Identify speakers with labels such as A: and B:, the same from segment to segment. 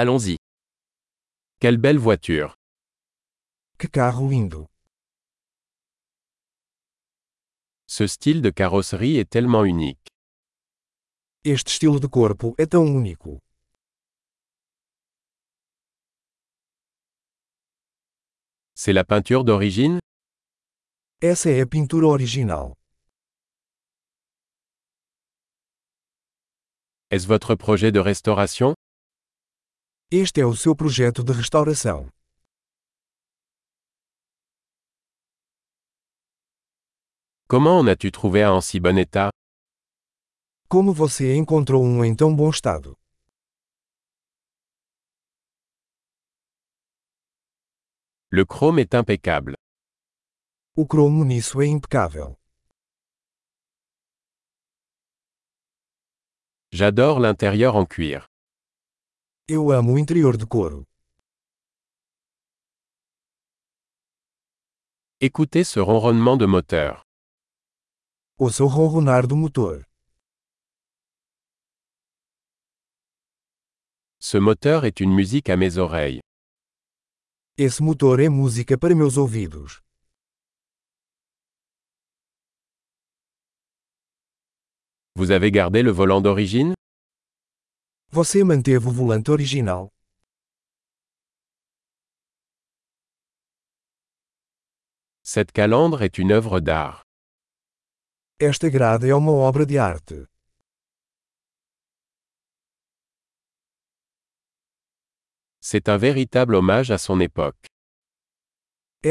A: Allons-y. Quelle belle voiture.
B: Que carro lindo!
A: Ce style de carrosserie est tellement unique.
B: Este estilo de corpo é tão único.
A: C'est la peinture d'origine
B: Essa é a pintura original.
A: Est-ce votre projet de restauration
B: Este é o seu projeto de restauração.
A: Comment en as-tu trouvé un en si bon état
B: Como você encontrou um em tão bom estado?
A: Le chrome est impeccable.
B: O cromo nisso é impecável.
A: J'adore l'intérieur en cuir.
B: Eu amo o interior de couro.
A: Écoutez ce ronronnement de moteur.
B: Ouça o ronronar do motor.
A: Ce moteur est une musique à mes oreilles.
B: Esse motor é música para meus ouvidos.
A: Vous avez gardé le volant d'origine
B: Você manteve o volante original.
A: Cette calandre est une œuvre d'art.
B: Esta grade é uma obra de arte.
A: C'est un véritable hommage à son époque.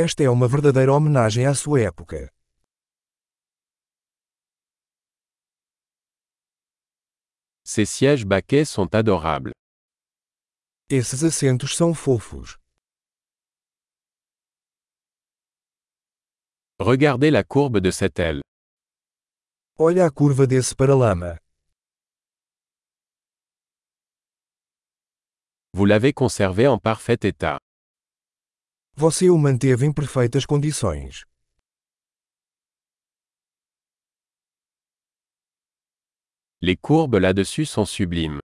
B: Esta é uma verdadeira homenagem à sua época.
A: Ces sièges baquets sont adorables.
B: Esses assentos são fofos.
A: Regardez la courbe de cette aile.
B: Olha a curva desse paralama.
A: Vous l'avez conservé en parfait état.
B: Você o manteve em perfeitas condições.
A: Les courbes là-dessus sont sublimes.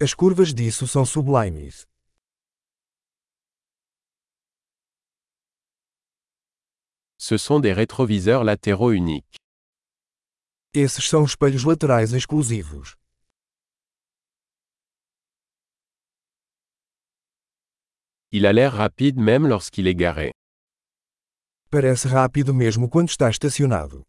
B: As curvas disso são sublimes.
A: Ce sont des rétroviseurs latéraux uniques.
B: Esses são espelhos laterais exclusivos.
A: Il a l'air rapide même lorsqu'il est garé.
B: Parece rápido mesmo quando está estacionado.